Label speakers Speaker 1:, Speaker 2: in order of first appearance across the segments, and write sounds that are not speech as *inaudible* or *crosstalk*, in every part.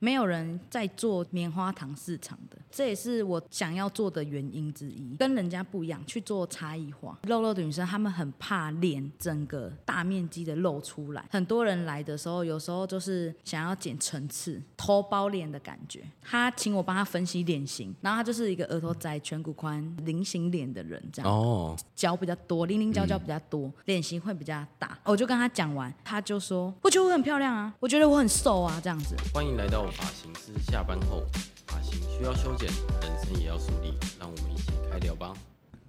Speaker 1: 没有人在做棉花糖市场的，这也是我想要做的原因之一。跟人家不一样，去做差异化。肉肉的女生，她们很怕脸整个大面积的露出来。很多人来的时候，有时候就是想要减层次，头包脸的感觉。他请我帮他分析脸型，然后他就是一个额头窄、颧骨宽、菱形脸的人，这样。
Speaker 2: 哦，
Speaker 1: 角比较多，零零角角比较多，脸型会比较大。我就跟他讲完，他就说：“我觉得我很漂亮啊，我觉得我很瘦啊，这样子。
Speaker 2: 欢迎来到发型师下班后，发型需要修剪，人生也要树立，让我们一起开聊吧。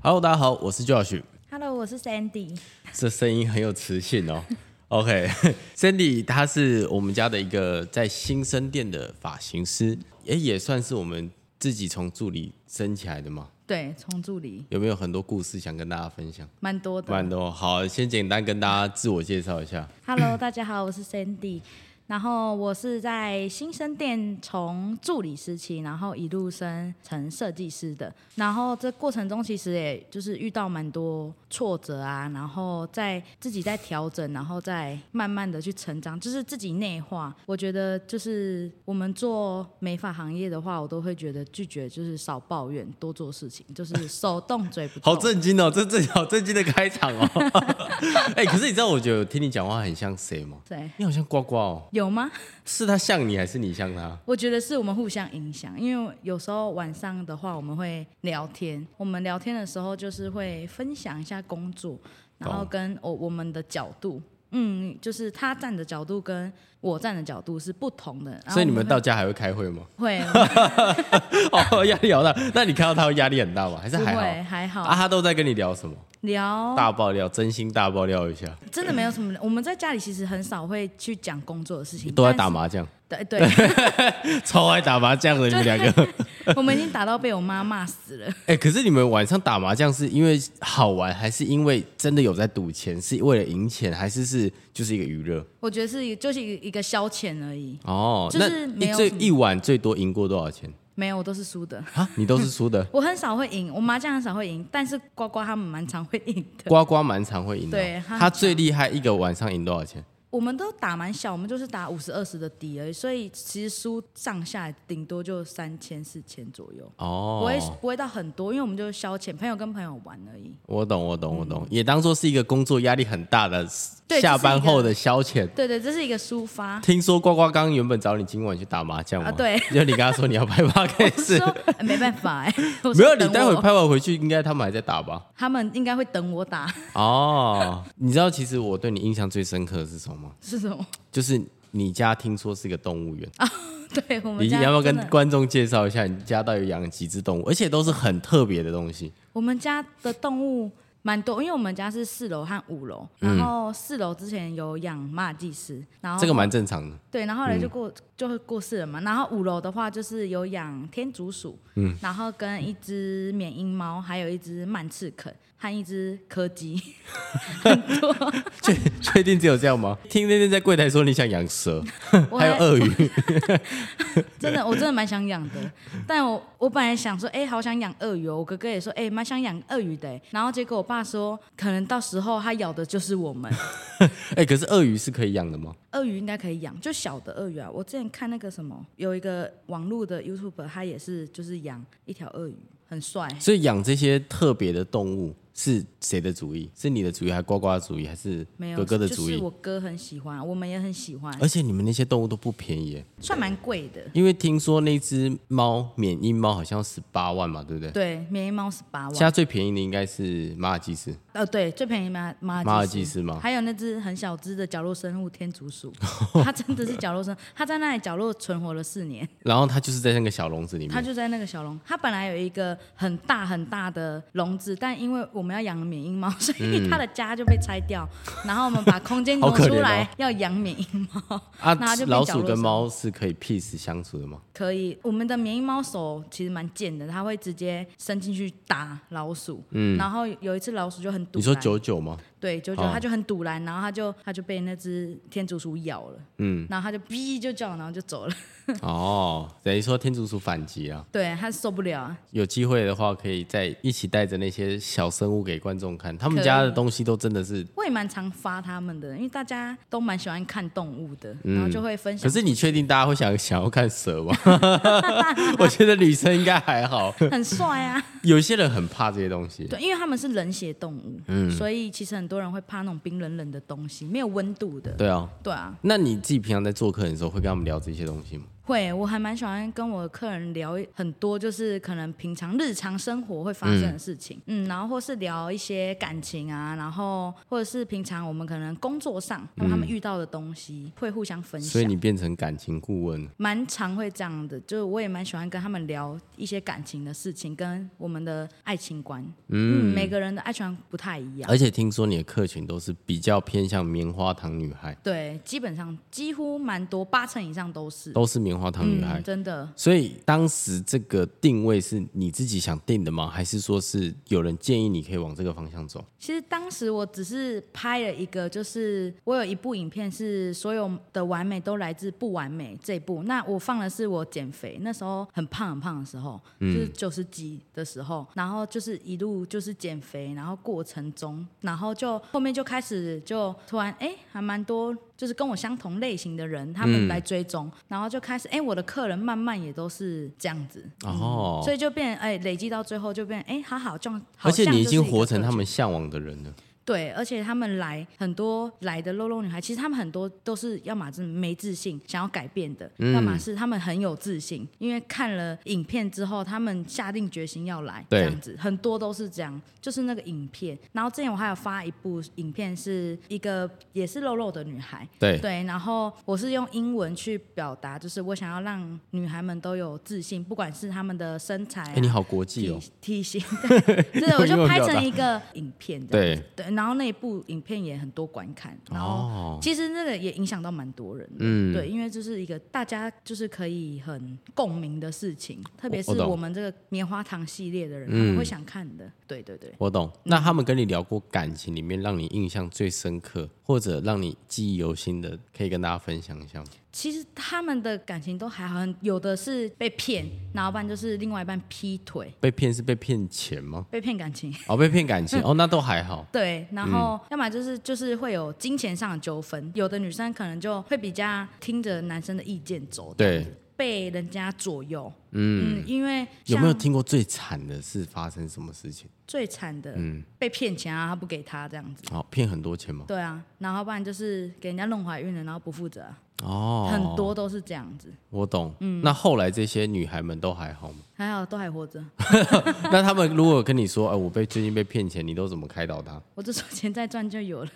Speaker 2: Hello，大家好，我是 Josh，”
Speaker 1: Hello，我是 Sandy。
Speaker 2: 这声音很有磁性哦。OK，Sandy 他是我们家的一个在新生店的发型师，也也算是我们自己从助理升起来的嘛。
Speaker 1: 对，从助理
Speaker 2: 有没有很多故事想跟大家分享？
Speaker 1: 蛮多
Speaker 2: 不
Speaker 1: 的。
Speaker 2: 然都好，先简单跟大家自我介绍一下。
Speaker 1: Hello，大家好，我是 Sandy。然后我是在新生店从助理时期，然后一路升成设计师的。然后这过程中，其实也就是遇到蛮多挫折啊，然后在自己在调整，然后再慢慢的去成长，就是自己内化。我觉得就是我们做美发行业的话，我都会觉得拒绝就是少抱怨，多做事情，就是手动嘴不
Speaker 2: 好
Speaker 1: 动。
Speaker 2: 震惊哦，这这好震惊的开场哦。 *laughs* 哎、可是你知道，我觉得我听你讲话很像谁吗？
Speaker 1: 对，
Speaker 2: 你好像呱呱哦，
Speaker 1: 有吗？ *laughs*
Speaker 2: 是他像你还是你像他？
Speaker 1: 我觉得是我们互相影响，因为有时候晚上的话，我们会聊天。我们聊天的时候，就是会分享一下工作，然
Speaker 2: 哦
Speaker 1: 后跟我我们的角度，嗯，就是他站的角度跟我站的角度是不同的。然后
Speaker 2: 所以你
Speaker 1: 我
Speaker 2: 们
Speaker 1: 会
Speaker 2: 到家还会开会吗？
Speaker 1: 会
Speaker 2: *laughs* 哦，压力好大。那你看到他会压力很大吗？还是
Speaker 1: 不
Speaker 2: 还
Speaker 1: 会
Speaker 2: 好？
Speaker 1: 还好、哦
Speaker 2: 啊，他都在跟你聊什么？ *laughs*
Speaker 1: 聊？
Speaker 2: 大爆料，真心大爆料一下，
Speaker 1: 真的没有什么，我们在家里其实很少会去讲工作的事情，
Speaker 2: 都在打
Speaker 1: 麻
Speaker 2: 麻将，
Speaker 1: 对
Speaker 2: *laughs*
Speaker 1: 对，
Speaker 2: 超爱打麻将的你们两个。 *laughs*
Speaker 1: 我们已经打到被我妈骂死了。
Speaker 2: 哎、可是你们晚上打麻将是因为好玩，还是因为真的有在赌钱？是为了赢钱，还是是就是一个娱乐？
Speaker 1: 我觉得是一个就是一个消遣而已，
Speaker 2: 哦，
Speaker 1: 就是
Speaker 2: 那
Speaker 1: 没
Speaker 2: 你
Speaker 1: 有
Speaker 2: 最
Speaker 1: 什么
Speaker 2: 一晚最多赢过多少钱
Speaker 1: 没有，我都是输的。，
Speaker 2: 啊？你都是输的
Speaker 1: *laughs* 我很少会赢，我麻将很少会赢，但是呱呱他们蛮常会赢的。 *laughs*
Speaker 2: 呱呱蛮常会赢的哦。
Speaker 1: 对他很
Speaker 2: 他最厉害，一个晚上赢多少钱？
Speaker 1: 我们都打蛮小，我们就是打五十二十的底而已，所以其实输上下顶多就三千四千左右，不会
Speaker 2: 哦，
Speaker 1: 不会到很多，因为我们就是消遣，朋友跟朋友玩而已。
Speaker 2: 我懂，我懂，我懂，也当做是一个工作压力很大的
Speaker 1: 嗯对
Speaker 2: 下
Speaker 1: 这是
Speaker 2: 班
Speaker 1: 一个
Speaker 2: 后的消遣。
Speaker 1: 对对，这是一个抒发。
Speaker 2: 听说呱呱刚刚原本找你今晚去打麻将吗？
Speaker 1: 啊对
Speaker 2: *laughs* 就你跟他说你要拍 p 开
Speaker 1: 我
Speaker 2: 始，
Speaker 1: 说、哎没办法
Speaker 2: *laughs*
Speaker 1: 哎、 *laughs* 我
Speaker 2: 没
Speaker 1: 说
Speaker 2: 有，你
Speaker 1: 等
Speaker 2: 待会
Speaker 1: 我
Speaker 2: 拍完回去，应该他们还在打吧？
Speaker 1: 他们应该会等我打， *laughs*
Speaker 2: 哦，你知道其实我对你印象最深刻的是什么吗？
Speaker 1: 是什么？ *laughs*
Speaker 2: 就是你家听说是个动物园，
Speaker 1: 对我们
Speaker 2: 你
Speaker 1: 家
Speaker 2: 要不要跟
Speaker 1: 真的
Speaker 2: 观众介绍一下你家到底养几只动物，而且都是很特别的东西？
Speaker 1: 我们家的动物蛮多，因为我们家是四楼和五楼，然后四楼之前有养马尔济斯，然后
Speaker 2: 嗯这个蛮正常的。 *laughs*
Speaker 1: 对，然后后来就
Speaker 2: 嗯
Speaker 1: 过、就会过世了嘛。然后五楼的话就是有养天竺鼠，嗯，然后跟一只缅因猫，还有一只曼赤肯和一只柯
Speaker 2: *laughs*
Speaker 1: 基，很多。
Speaker 2: 确确定只有这
Speaker 1: *laughs*
Speaker 2: 样吗？听那天在柜台说你想养蛇，
Speaker 1: 我
Speaker 2: 还有鳄鱼， *laughs*
Speaker 1: 真的，我真的蛮想养的。但我我本来想说，哎、好想养鳄鱼哦。我哥哥也说，哎、蛮想养鳄鱼的欸。然后结果我爸说，可能到时候它咬的就是我
Speaker 2: *laughs*
Speaker 1: 们。
Speaker 2: 哎、可是鳄鱼是可以养的吗？
Speaker 1: 鳄鱼应该可以养，就小的鳄鱼啊。我之前看那个什么，有一个网络的 YouTube，他也是就是养一条鳄鱼，很帅。
Speaker 2: 所以养这些特别的动物是谁的主意？是你的主意，还是呱呱的主意，还是
Speaker 1: 没有
Speaker 2: 哥哥的主意？哎
Speaker 1: 就是我哥很喜欢，我们也很喜欢，
Speaker 2: 而且你们那些动物都不便宜耶，
Speaker 1: 算蛮贵的。
Speaker 2: 因为听说那只猫缅因猫好像十八万嘛，对不对？
Speaker 1: 对，缅因猫是八
Speaker 2: 现
Speaker 1: 万，
Speaker 2: 在最便宜的应该是马尔济斯，
Speaker 1: 呃，对，最便宜马马
Speaker 2: 马
Speaker 1: 尔
Speaker 2: 尔
Speaker 1: 济
Speaker 2: 济斯吗
Speaker 1: 还有那只很小只的角落生物天竺
Speaker 2: *laughs*
Speaker 1: 鼠，它真的是角落生，它在那里角落存活了四年，
Speaker 2: 然后它就是在那个小笼子里
Speaker 1: 它
Speaker 2: 面。
Speaker 1: 就在那个小笼，它本来有一个很大很大的笼子，但因为我们要养缅因猫，所以它的家就被拆掉，然后我们把空间
Speaker 2: 嗯好
Speaker 1: 挪
Speaker 2: 可怜哦
Speaker 1: 出来、要养缅因猫，
Speaker 2: 啊
Speaker 1: 那它就，变
Speaker 2: 老
Speaker 1: 角
Speaker 2: 鼠
Speaker 1: 落
Speaker 2: 跟
Speaker 1: 生
Speaker 2: 猫是可以 peace 相处的吗？
Speaker 1: 可以，我们的缅因猫手其实蛮贱的，它会直接伸进去打老鼠。嗯，然后有一次老鼠就很堵。 *laughs*
Speaker 2: 你说九九吗？
Speaker 1: 对，九九
Speaker 2: 哦
Speaker 1: 他就很堵然，然后他就他就被那只天竺鼠咬了，
Speaker 2: 嗯，
Speaker 1: 然后他就哔就叫，然后就走了。
Speaker 2: 哦，等于说天竺鼠反击啊，
Speaker 1: 对他受不了啊，
Speaker 2: 有机会的话可以再一起带着那些小生物给观众看，他们
Speaker 1: 可以
Speaker 2: 家的东西都真的是。
Speaker 1: 我也蛮常发他们的，因为大家都蛮喜欢看动物的，然后就会分
Speaker 2: 嗯可
Speaker 1: 享。
Speaker 2: 是你确定大家会想 *laughs* 想要看
Speaker 1: *laughs*
Speaker 2: 蛇吗？我觉得女生应该还好，
Speaker 1: 很帅
Speaker 2: *laughs*
Speaker 1: 啊，
Speaker 2: 有些人很怕这些东西。
Speaker 1: 对，因为他们是冷血动物，
Speaker 2: 嗯
Speaker 1: 所以其实很多人会怕那种冰冷冷的东西，没有温度的。
Speaker 2: 对啊，
Speaker 1: 对啊，
Speaker 2: 那你自己平常在做客人的时候会跟他们聊这些东西吗？
Speaker 1: 会，我还蛮喜欢跟我的客人聊很多，就是可能平常日常生活会发生的事情，嗯然后或是聊一些感情啊，然后或者是平常我们可能工作上那么他们遇到的东西，会互相分
Speaker 2: 嗯所以
Speaker 1: 享。
Speaker 2: 你变成感情顾问了，
Speaker 1: 蛮常会这样的，就是我也蛮喜欢跟他们聊一些感情的事情，跟我们的爱情观，嗯，每个人的爱情观不太一样，
Speaker 2: 而且听说你的客群都是比较偏向棉花糖女孩，
Speaker 1: 对，基本上几乎蛮多，八成以上都是，
Speaker 2: 都是棉花糖女孩
Speaker 1: 嗯，。真的，
Speaker 2: 所以当时这个定位是你自己想定的吗？还是说是有人建议你可以往这个方向走？
Speaker 1: 其实当时我只是拍了一个，就是我有一部影片是所有的完美都来自不完美这一部。那我放的是我减肥那时候很胖很胖的时候，
Speaker 2: 嗯
Speaker 1: 就是九十几的时候，然后就是一路就是减肥，然后过程中，然后就后面就开始就突然哎、还蛮多。就是跟我相同类型的人，他们来追踪，然后就开始，哎、我的客人慢慢也都是这样子，
Speaker 2: 哦，
Speaker 1: 嗯所以就变，哎、累积到最后就变，哎、好好这样，好
Speaker 2: 而且
Speaker 1: 像
Speaker 2: 你已
Speaker 1: 就是
Speaker 2: 经
Speaker 1: 一个
Speaker 2: 活成
Speaker 1: 客
Speaker 2: 他
Speaker 1: 群
Speaker 2: 们向往的人了。
Speaker 1: 对，而且他们来很多来的肉肉女孩，其实他们很多都是要么是没自信，想要改变的，
Speaker 2: 嗯
Speaker 1: 要么是他们很有自信，因为看了影片之后，他们下定决心要来
Speaker 2: 对
Speaker 1: 这样子，很多都是这样，就是那个影片。然后之前我还有发一部影片，是一个也是肉肉的女孩，
Speaker 2: 对，
Speaker 1: 对，啊然后我是用英文去表达，就是我想要让女孩们都有自信，不管是她们的身材啊、
Speaker 2: 哎，你好国际
Speaker 1: 体
Speaker 2: 哦。
Speaker 1: 体
Speaker 2: *laughs*
Speaker 1: 型，对，对我
Speaker 2: 用英
Speaker 1: 就
Speaker 2: 文
Speaker 1: 拍
Speaker 2: 表达
Speaker 1: 成一个影片这样
Speaker 2: 对，
Speaker 1: 对，然后那一部影片也很多观看，然后
Speaker 2: 哦，
Speaker 1: 其实那个也影响到蛮多人的，
Speaker 2: 嗯
Speaker 1: 对，因为就是一个大家就是可以很共鸣的事情，特别是
Speaker 2: 我懂
Speaker 1: 我们这个棉花糖系列的人，他
Speaker 2: 嗯
Speaker 1: 们会想看的，对对对。
Speaker 2: 我懂。那他们跟你聊过感情里面让你印象最深刻，或者让你记忆犹新的，可以跟大家分享一下吗？哦
Speaker 1: 其实他们的感情都还好，有的是被骗，然后不然就是另外一半劈腿，
Speaker 2: 被骗是被骗钱吗？
Speaker 1: 被骗感情。 *laughs*
Speaker 2: 哦，被骗感情哦，那都还好。
Speaker 1: 对，然
Speaker 2: 嗯
Speaker 1: 后要么就是就是会有金钱上的纠纷，有的女生可能就会比较听着男生的意见走，
Speaker 2: 对，
Speaker 1: 被人家左右。嗯，因为
Speaker 2: 有没有
Speaker 1: 像
Speaker 2: 听过最惨的是发生什么事情？
Speaker 1: 最惨的，
Speaker 2: 嗯
Speaker 1: 被骗钱啊，他不给他这样子。
Speaker 2: 哦，骗很多钱吗？
Speaker 1: 对啊，然后不然就是给人家弄怀孕了，然后不负责啊、
Speaker 2: 哦，
Speaker 1: 很多都是这样子。
Speaker 2: 我懂。
Speaker 1: 嗯
Speaker 2: 那后来这些女孩们都还好吗？ *laughs*
Speaker 1: 还好都还活着，
Speaker 2: 那他们如果跟你说，哎、我被最近被骗钱，你都怎么开导他？
Speaker 1: 我就说钱再赚就
Speaker 2: *laughs*
Speaker 1: 有了。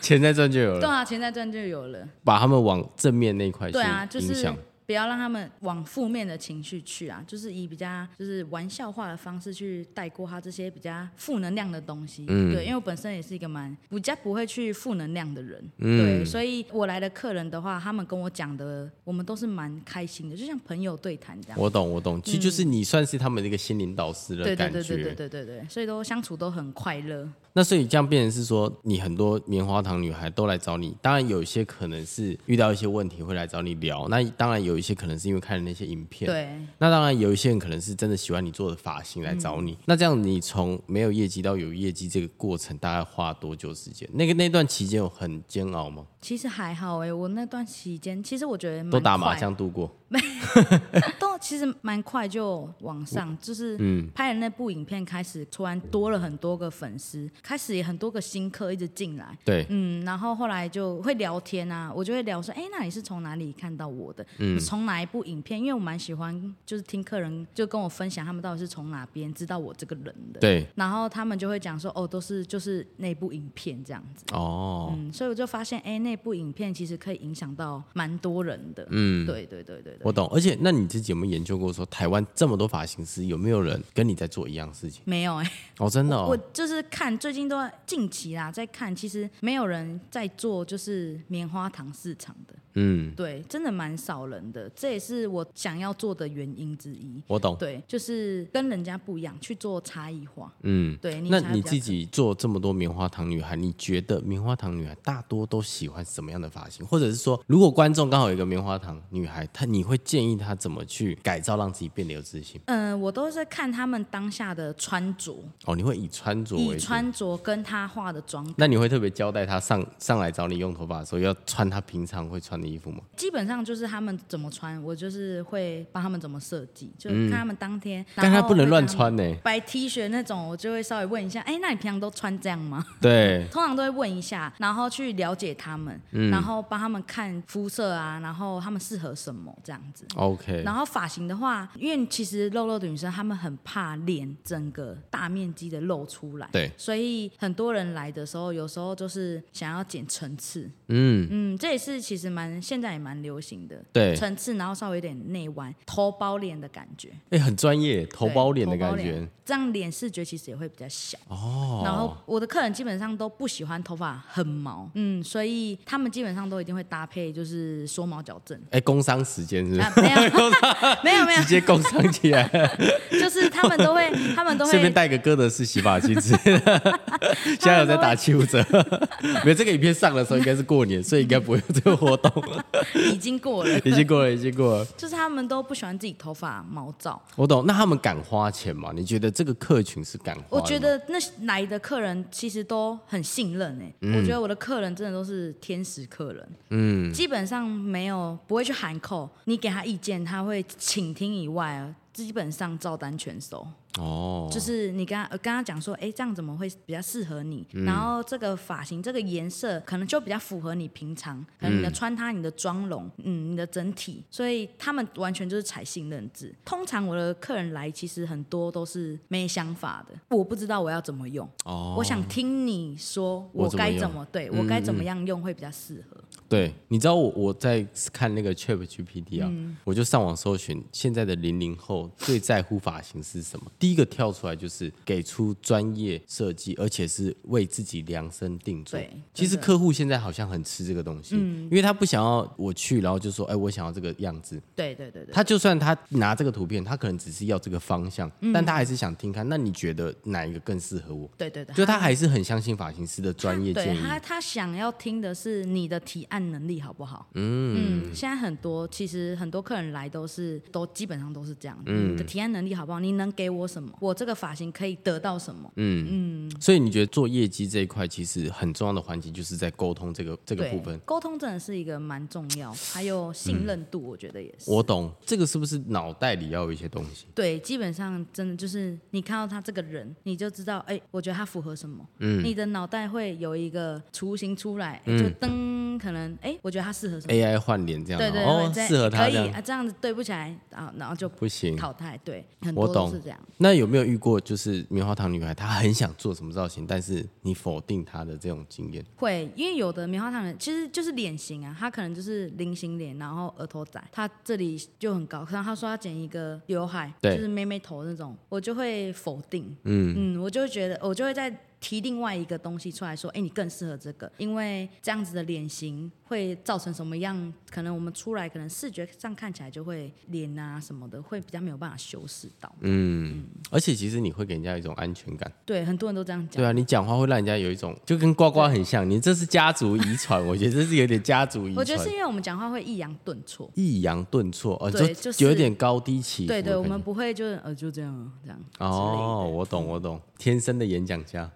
Speaker 2: 钱再赚就有
Speaker 1: 对
Speaker 2: 了，
Speaker 1: 啊，钱再赚就有了。
Speaker 2: 把他们往正面那一块去
Speaker 1: 对啊，就
Speaker 2: 影
Speaker 1: 是
Speaker 2: 响。
Speaker 1: 不要让他们往负面的情绪去啊，就是以比较就是玩笑话的方式去带过他这些比较负能量的东西。
Speaker 2: 嗯
Speaker 1: 对，因为我本身也是一个蛮比较不会去负能量的人，
Speaker 2: 嗯
Speaker 1: 对，所以我来的客人的话，他们跟我讲的，我们都是蛮开心的，就像朋友对谈这样。
Speaker 2: 我懂，我懂，其实就是你算是他们的一个心灵导师的
Speaker 1: 嗯对对
Speaker 2: 感觉。
Speaker 1: 对对对对对对，所以都相处都很快乐。
Speaker 2: 那所以这样变成是说，你很多棉花糖女孩都来找你，当然有一些可能是遇到一些问题会来找你聊，那当然有一些可能是因为看了那些影片，
Speaker 1: 对，
Speaker 2: 那当然，有一些人可能是真的喜欢你做的发型来找
Speaker 1: 嗯
Speaker 2: 你。那这样，你从没有业绩到有业绩这个过程，大概花多久时间？那个那段期间有很煎熬吗？
Speaker 1: 其实还好哎、我那段期间其实我觉得蛮
Speaker 2: 都打麻
Speaker 1: 快的
Speaker 2: 将度过？
Speaker 1: 都其实蛮快就往
Speaker 2: 嗯
Speaker 1: 上，就是拍了那部影片开始，突然多了很多个粉丝，开始也很多个新客一直进来。
Speaker 2: 对，
Speaker 1: 嗯，然后后来就会聊天啊，我就会聊说，哎，那你是从哪里看到我的？嗯，从哪一部影片？因为我蛮喜欢，就是听客人就跟我分享他们到底是从哪边知道我这个人的。
Speaker 2: 对，
Speaker 1: 然后他们就会讲说，哦，都是就是那部影片这样子。
Speaker 2: 哦，
Speaker 1: 嗯，所以我就发现，哎，那部影片其实可以影响到蛮多人的。嗯，对对对对对。
Speaker 2: 我懂。而且，那你自己有没有研究过说，台湾这么多发型师，有没有人跟你在做一样事情？
Speaker 1: 没有哎、
Speaker 2: 哦，真的
Speaker 1: 我
Speaker 2: 哦，
Speaker 1: 就是看最近都在近期啦，在看，其实没有人在做就是棉花糖市场的，
Speaker 2: 嗯，
Speaker 1: 对，真的蛮少人的，这也是我想要做的原因之一。
Speaker 2: 我懂。
Speaker 1: 对，就是跟人家不一样，去做差异化。
Speaker 2: 嗯，
Speaker 1: 对，
Speaker 2: 那
Speaker 1: 才
Speaker 2: 你
Speaker 1: 比较
Speaker 2: 自己做这么多棉花糖女孩，你觉得棉花糖女孩大多都喜欢什么样的发型？或者是说，如果观众刚好有一个棉花糖女孩，她你会建议她怎么去改造，让自己变得有自信？
Speaker 1: 嗯，我都是看他们当下的穿着，
Speaker 2: 哦，你会以穿着为
Speaker 1: 以
Speaker 2: 主。
Speaker 1: 穿着跟他化的妆
Speaker 2: 那你会特别交代她上上来找你用头发的时候，要穿她平常会穿的衣服吗？
Speaker 1: 基本上就是他们怎么穿，我就是会帮他们怎么设计，就是看他们当天。
Speaker 2: 嗯但她
Speaker 1: 然后
Speaker 2: 不能
Speaker 1: 会跟
Speaker 2: 乱
Speaker 1: 他们。
Speaker 2: 穿呢、
Speaker 1: 白 T 恤那种，我就会稍微问一下，哎、那你平常都穿这样吗？ *laughs*
Speaker 2: 对，
Speaker 1: 通常都会问一下，然后去了解他们，
Speaker 2: 嗯
Speaker 1: 然后帮他们看肤色啊，然后他们适合什么这样子。
Speaker 2: OK，
Speaker 1: 然后发型的话，因为其实肉肉的女生她们很怕脸整个大面积的露出来，
Speaker 2: 对
Speaker 1: 所以很多人来的时候，有时候就是想要剪层次，
Speaker 2: 嗯，
Speaker 1: 嗯，这也是其实蛮现在也蛮流行的，
Speaker 2: 对，
Speaker 1: 层次，然后稍微有点内弯，头包脸的感觉，
Speaker 2: 哎、很专业，头
Speaker 1: 对
Speaker 2: 包脸的
Speaker 1: 头包
Speaker 2: 感觉
Speaker 1: 脸。这样脸视觉其实也会比较小。
Speaker 2: 哦。
Speaker 1: 然后我的客人基本上都不喜欢头发很毛，嗯，所以他们基本上都一定会搭配就是缩毛矫
Speaker 2: *laughs*
Speaker 1: 正。
Speaker 2: 哎、工伤时间是不是？
Speaker 1: 啊，没
Speaker 2: *laughs*
Speaker 1: 有，没有，没有
Speaker 2: 直，接工伤
Speaker 1: *laughs*
Speaker 2: 起来，
Speaker 1: 就是他们都会，他们都
Speaker 2: 顺便
Speaker 1: 会，
Speaker 2: 带个哥德式洗发精
Speaker 1: *laughs*
Speaker 2: 之类的。现在有在打七五折， *laughs* 没有这个影片上的时候应该是过年，所以应该不会有这个活动， *laughs*
Speaker 1: 已经过了，
Speaker 2: 已经过了，已经过了。
Speaker 1: 就是他们都不喜欢自己头发毛躁。
Speaker 2: 我懂，那他们敢花钱吗？你觉得这个客群是敢花的
Speaker 1: 我
Speaker 2: 吗？
Speaker 1: 觉得那来的客人其实都很信任哎、我觉得我的客人真的都是天使客人，嗯，基本上没有不会去喊扣，你给他意见他会倾听以外啊，基本上照单全收。
Speaker 2: 哦，
Speaker 1: 就是你跟他呃跟他讲说，哎、这样怎么会比较适合你？
Speaker 2: 嗯
Speaker 1: 然后这个发型、这个颜色可能就比较符合你平常，可能你的
Speaker 2: 嗯
Speaker 1: 穿搭、你的妆容，嗯，你的整体，所以他们完全就是采信任制。通常我的客人来，其实很多都是没想法的，我不知道我要怎么用，
Speaker 2: 哦
Speaker 1: 我想听你说
Speaker 2: 我
Speaker 1: 我
Speaker 2: 怎么
Speaker 1: 该
Speaker 2: 用嗯
Speaker 1: 怎么对我该怎么样用会比较适合。
Speaker 2: 对，你知道我我在看那个 Chat GPT 啊，
Speaker 1: 嗯
Speaker 2: 我就上网搜寻现在的零零后最在乎发型是什么，第一个跳出来就是给出专业设计，而且是为自己量身定做
Speaker 1: 对。
Speaker 2: 其实
Speaker 1: 真的嗯
Speaker 2: 客户现在好像很吃这个东西，因为他不想要我去，然后就说，哎，我想要这个样子。
Speaker 1: 对对对对，
Speaker 2: 他就算他拿这个图片，他可能只是要这个方向，
Speaker 1: 嗯
Speaker 2: 但他还是想听看。那你觉得哪一个更适合我？
Speaker 1: 对对对，
Speaker 2: 就他还是很相信发型师的专业建
Speaker 1: 对
Speaker 2: 议。
Speaker 1: 他，他想要听的是你的提案能力好不好？嗯现在很多其实很多客人来都是都基本上都是这样，
Speaker 2: 嗯
Speaker 1: 你的提案能力好不好？你能给我什么？我这个发型可以得到什么？
Speaker 2: 嗯所以你觉得做业绩这一块，其实很重要的环节就是在沟通这个这个
Speaker 1: 对
Speaker 2: 部分，。嗯
Speaker 1: 沟通真的是一个蛮重要，还有信任度，我觉得也是。
Speaker 2: 我懂，这个是不是脑袋里要有一些东西？
Speaker 1: 对，基本上真的就是你看到他这个人，你就知道，哎、我觉得他符合什么。嗯，你的脑袋会有一个雏形出来，
Speaker 2: 嗯
Speaker 1: 就噔，可能哎、我觉得他适合什么。
Speaker 2: AI 换脸这样，
Speaker 1: 对对对，
Speaker 2: 哦，
Speaker 1: 这
Speaker 2: 适合他
Speaker 1: 可
Speaker 2: 这
Speaker 1: 以
Speaker 2: 样
Speaker 1: 啊，这样子对不起来啊，然后就
Speaker 2: 不行。
Speaker 1: 淘汰。对，很
Speaker 2: 我
Speaker 1: 多都
Speaker 2: 懂
Speaker 1: 是这样。
Speaker 2: 那有没有遇过就是棉花糖女孩，她很想做什么造型，但是你否定她的这种经验？
Speaker 1: 会，因为有的棉花糖人其实就是脸型啊，他可能就是菱形脸，然后额头窄，他这里就很高。可能他说他剪一个刘海，就
Speaker 2: 对
Speaker 1: 是妹妹头那种，我就会否定。嗯嗯，我就会觉得，我就会再提另外一个东西出来说，哎，你更适合这个，因为这样子的脸型会造成什么样？可能我们出来，可能视觉上看起来就会脸啊什么的，会比较没有办法修饰到。
Speaker 2: 而且其实你会给人家一种安全感，
Speaker 1: 对，很多人都这样讲
Speaker 2: 对。啊，你讲话会让人家有一种就跟呱呱很像，你这是家族遗传，我觉得这是有点家族遗
Speaker 1: 我觉得是
Speaker 2: 传，
Speaker 1: 因为我们讲话会抑扬顿挫。
Speaker 2: 抑扬顿挫，哦，
Speaker 1: 对就是
Speaker 2: 有点高低起伏的
Speaker 1: 对
Speaker 2: 感觉。
Speaker 1: 对，我们不会就是呃就这样啊这样
Speaker 2: 哦，我懂，我懂，天生的演讲 *laughs* 家。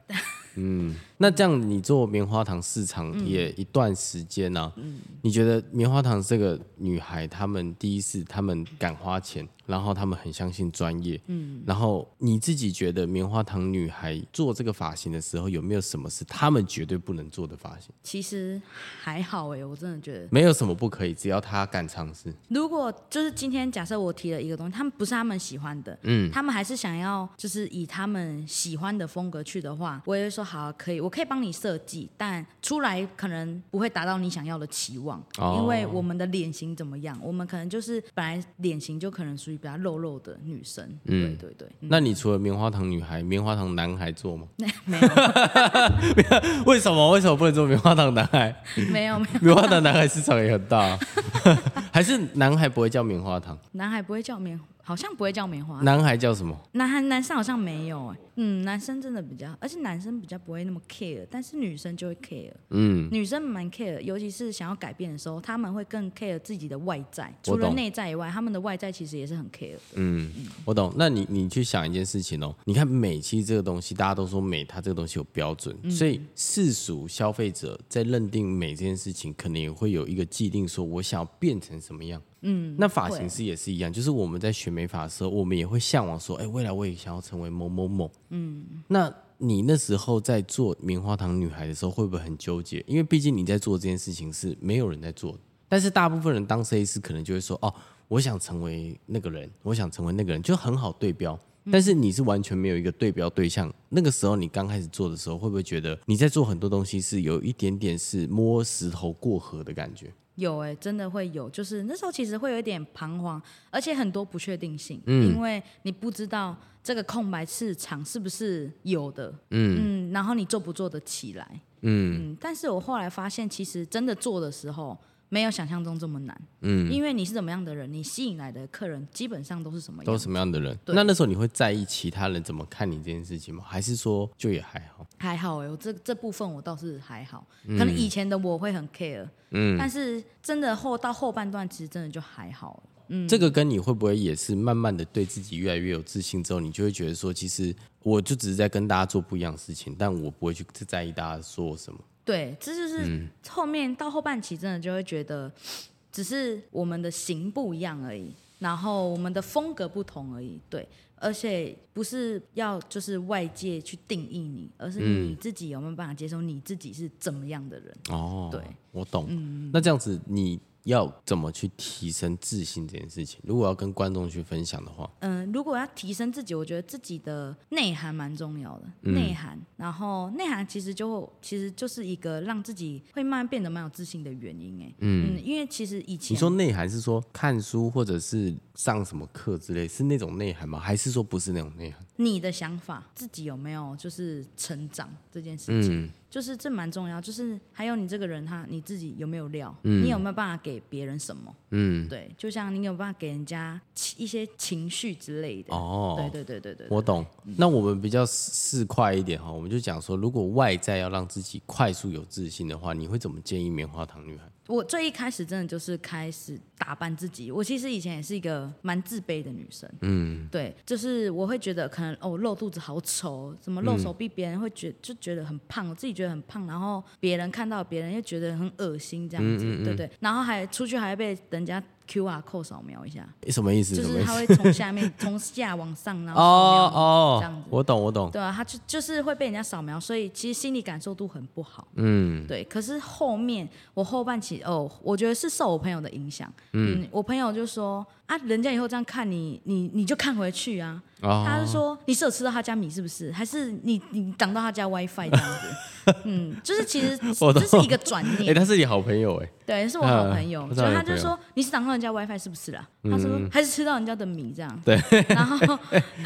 Speaker 2: 嗯，那这样你做棉花糖市场也一段时间呢、你觉得棉花糖这个女孩，她们第一是她们敢花钱，然后她们很相信专业，嗯，然后你自己觉得棉花糖女孩做这个发型的时候，有没有什么是她们绝对不能做的发型？
Speaker 1: 其实还好哎、我真的觉得，
Speaker 2: 没有什么不可以，只要她敢尝试。
Speaker 1: 如果就是今天假设我提了一个东西，他们不是他们喜欢的，嗯，他们还是想要就是以他们喜欢的风格去的话，我也会说好啊、可以，我可以帮你设计，但出来可能不会达到你想要的期望，
Speaker 2: 哦
Speaker 1: 因为我们的脸型怎么样，我们可能就是本来脸型就可能属于于比较肉肉的女生。嗯，对对对，
Speaker 2: 那你除了棉花糖女孩、棉花糖男孩做 *laughs* 吗？
Speaker 1: 没有
Speaker 2: 为什么？为什么不能做棉花糖男孩？
Speaker 1: *laughs* 没有
Speaker 2: *laughs*
Speaker 1: 没有，
Speaker 2: 棉花糖男孩市场也很大 *laughs* 啊、还是男孩不会叫棉花糖，
Speaker 1: 男孩不会叫棉，好像不会叫棉花。
Speaker 2: 男孩叫什么？
Speaker 1: 男孩男生好像没有哎、嗯，男生真的比较，而且男生比较不会那么 care，但是女生就会 care，
Speaker 2: 嗯，
Speaker 1: 女生蛮 care，尤其是想要改变的时候，他们会更 care 自己的外在，
Speaker 2: 我
Speaker 1: 除了
Speaker 2: 懂
Speaker 1: 内在以外，他们的外在其实也是很 care 的。
Speaker 2: 嗯，我懂。那你你去想一件事情哦，你看美其实这个东西，大家都说美，它这个东西有标准，所以世俗消费者在认定美这件事情，可能也会有一个既定，说我想要变成什么样。嗯，那发型师也是一样，就是我们在学美发的时候，我们也会向往说，哎、未来我也想要成为某某某。嗯，那你那时候在做棉花糖女孩的时候，会不会很纠结？因为毕竟你在做这件事情是没有人在做的，但是大部分人当设计师可能就会说，哦，我想成为那个人，我想成为那个人，就很好对标。但是你是完全没有一个对标对象，那个时候你刚开始做的时候，会不会觉得你在做很多东西是有一点点是摸石头过河的感觉？
Speaker 1: 有哎、真的会有，就是那时候其实会有一点彷徨，而且很多不确定性，因为你不知道这个空白市场是不是有的，嗯然后你做不做得起来，嗯但是我后来发现，其实真的做的时候。没有想象中这么难，嗯，因为你是怎么样的人，你吸引来的客人基本上都是什么样的人，
Speaker 2: 都是什么样的人？那那时候你会在意其他人怎么看你这件事情吗？还是说就也还好？
Speaker 1: 还好哎、我这这部分我倒是还好，可能以前的我会很 care，嗯，但是真的后到后半段其实真的就还好了，
Speaker 2: 这个跟你会不会也是慢慢的对自己越来越有自信之后，你就会觉得说，其实我就只是在跟大家做不一样的事情，但我不会去在意大家说什么。
Speaker 1: 对，这
Speaker 2: 嗯
Speaker 1: 就是后面、到后半期真的就会觉得，只是我们的型不一样而已，然后我们的风格不同而已，对，而且不是要就是外界去定义你，而是
Speaker 2: 嗯
Speaker 1: 你自己有没有办法接受你自己是怎么样的人。
Speaker 2: 哦，
Speaker 1: 对，
Speaker 2: 我懂。那这样子你要怎么去提升自信这件事情？如果要跟观众去分享的话，
Speaker 1: 嗯，如果要提升自己，我觉得自己的内涵蛮重要的，
Speaker 2: 嗯
Speaker 1: 内涵，然后内涵其实就其实就是一个让自己会慢慢变得蛮有自信的原因，哎，嗯，因为其实以前
Speaker 2: 你说内涵是说看书或者是上什么课之类，是那种内涵吗？还是说不是那种内涵？
Speaker 1: 你的想法，自己有没有就是成长这件事情，
Speaker 2: 嗯
Speaker 1: 就是这蛮重要，就是还有你这个人他你自己有没有料，你有没有办法给别人什么，
Speaker 2: 嗯，
Speaker 1: 对，就像你有没有办法给人家情一些情绪之类的，
Speaker 2: 哦，
Speaker 1: 对对对对对，
Speaker 2: 我懂。那我们比较市侩一点哈，我们就讲说，如果外在要让自己快速有自信的话，你会怎么建议棉花糖女孩？
Speaker 1: 我最一开始真的就是开始打扮自己。我其实以前也是一个蛮自卑的女生，嗯，对，就是我会觉得可能哦露肚子好丑，哦怎么
Speaker 2: 嗯
Speaker 1: 露手臂别人会觉就觉得很胖，我自己觉得很胖，然后别人看到别人又觉得很恶心这样子，
Speaker 2: 嗯
Speaker 1: 对不对？然后还出去还被人家 Q R 扣扫描一下，
Speaker 2: 诶什么意思？
Speaker 1: 就
Speaker 2: 什么
Speaker 1: 是
Speaker 2: 意
Speaker 1: 他
Speaker 2: 思？
Speaker 1: 会从下面从下往上，然后扫
Speaker 2: 哦
Speaker 1: 描这样
Speaker 2: 哦
Speaker 1: 子，
Speaker 2: 我懂我懂。
Speaker 1: 对啊，他就就是会被人家扫描，所以其实心理感受度很不好。嗯，对。可是后面我后半期哦，我觉得是受我朋友的影响。嗯我朋友就说啊，人家以后这样看你，你你就看回去啊。
Speaker 2: 哦
Speaker 1: 他就说你是有吃到他家米是不是？还是你你挡到他家 WiFi 这样子？嗯，就是其实
Speaker 2: *laughs* 我懂
Speaker 1: 这是一个转
Speaker 2: 哎、
Speaker 1: 念，
Speaker 2: 他是你好朋友哎、
Speaker 1: 对，是我好朋友
Speaker 2: 嗯，我知
Speaker 1: 所
Speaker 2: 道
Speaker 1: 以
Speaker 2: 你
Speaker 1: 他
Speaker 2: 朋
Speaker 1: 就
Speaker 2: 友嗯
Speaker 1: 说你是挡到人家 WiFi 是不是啦？他说还是吃到人家的米这样。
Speaker 2: 对，
Speaker 1: 然后 *laughs*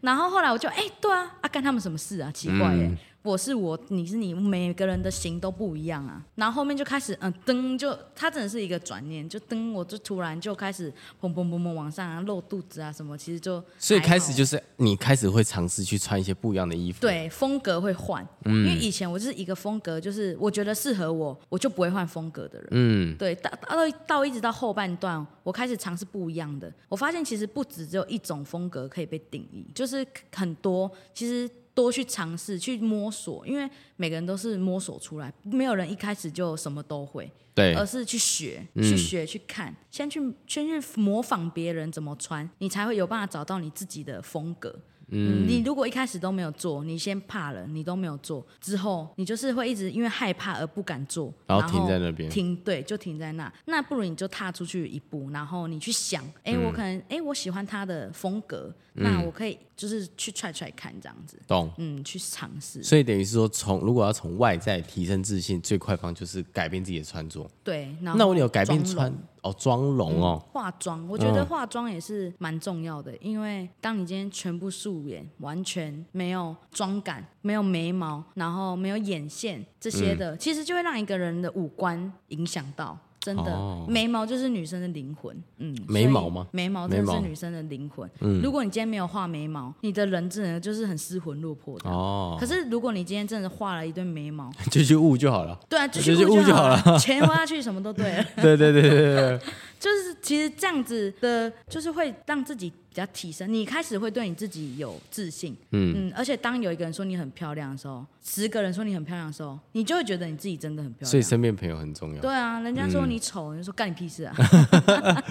Speaker 1: 然后后来我就哎、对啊，啊干他们什么事啊？奇怪
Speaker 2: 嗯
Speaker 1: 耶、我是我，你是你，每个人的型都不一样啊。然后后面就开始，嗯，噔，就他真的是一个转念，就噔，我就突然就开始砰砰砰砰往上啊，露肚子啊什么，其实就
Speaker 2: 所以
Speaker 1: 还
Speaker 2: 开始
Speaker 1: 好
Speaker 2: 就是你开始会尝试去穿一些不一样的衣服。，嗯
Speaker 1: 对，风格会换，因为以前我就是一个风格，就是我觉得适合我，我就不会换风格的人。嗯，对，到到到一直到后半段，我开始尝试不一样的，我发现其实不止只有一种风格可以被定义，就是很多其实。多去尝试，去摸索，因为每个人都是摸索出来，没有人一开始就什么都会。
Speaker 2: 对嗯
Speaker 1: 而是去学、去学、去看，先去先去模仿别人怎么穿，你才会有办法找到你自己的风格。嗯，你如果一开始都没有做，你先怕了，你都没有做，之后你就是会一直因为害怕而不敢做，
Speaker 2: 然后停在那边
Speaker 1: 停对，就停在那。那不如你就踏出去一步，然后你去想，
Speaker 2: 嗯
Speaker 1: 哎、我可能哎、我喜欢他的风格，那我可以就是去踹踹看这样子，
Speaker 2: 懂。
Speaker 1: 嗯，去尝试。
Speaker 2: 所以等于是说从如果要从外在提升自信，最快方就是改变自己的穿着。
Speaker 1: 对，然后
Speaker 2: 那我有改变
Speaker 1: 妆容
Speaker 2: 穿，哦，妆容哦， *laughs*
Speaker 1: 化妆，我觉得化妆也是蛮重要的，因为当你今天全部素颜，完全没有妆感，没有眉毛，然后没有眼线这
Speaker 2: 嗯
Speaker 1: 些的，其实就会让一个人的五官影响到。真的，
Speaker 2: 哦
Speaker 1: 眉毛就是女生的灵魂。嗯，
Speaker 2: 眉毛吗
Speaker 1: 所以眉毛真的
Speaker 2: 眉毛嗯
Speaker 1: 是女生的灵魂。如果你今天没有画眉毛，你的人真的就是很失魂落魄的。
Speaker 2: 哦，
Speaker 1: 可是如果你今天真的画了一堆眉毛，
Speaker 2: 就去悟就好了。
Speaker 1: 对啊，继续
Speaker 2: 就去
Speaker 1: 悟
Speaker 2: 悟就
Speaker 1: 好
Speaker 2: 好
Speaker 1: 了，钱花下去什么都对了。
Speaker 2: *laughs* 对对对对对，对
Speaker 1: *laughs* 就是其实这样子的，就是会让自己比较提升，你开始会对你自己有自信，嗯而且当有一个人说你很漂亮的时候，十个人说你很漂亮的时候，你就会觉得你自己真的很漂
Speaker 2: 所以嗯
Speaker 1: 亮。
Speaker 2: 身边朋友很重要。
Speaker 1: 啊对啊，人家说你丑，你就说干你屁
Speaker 2: *laughs*
Speaker 1: 事啊！啊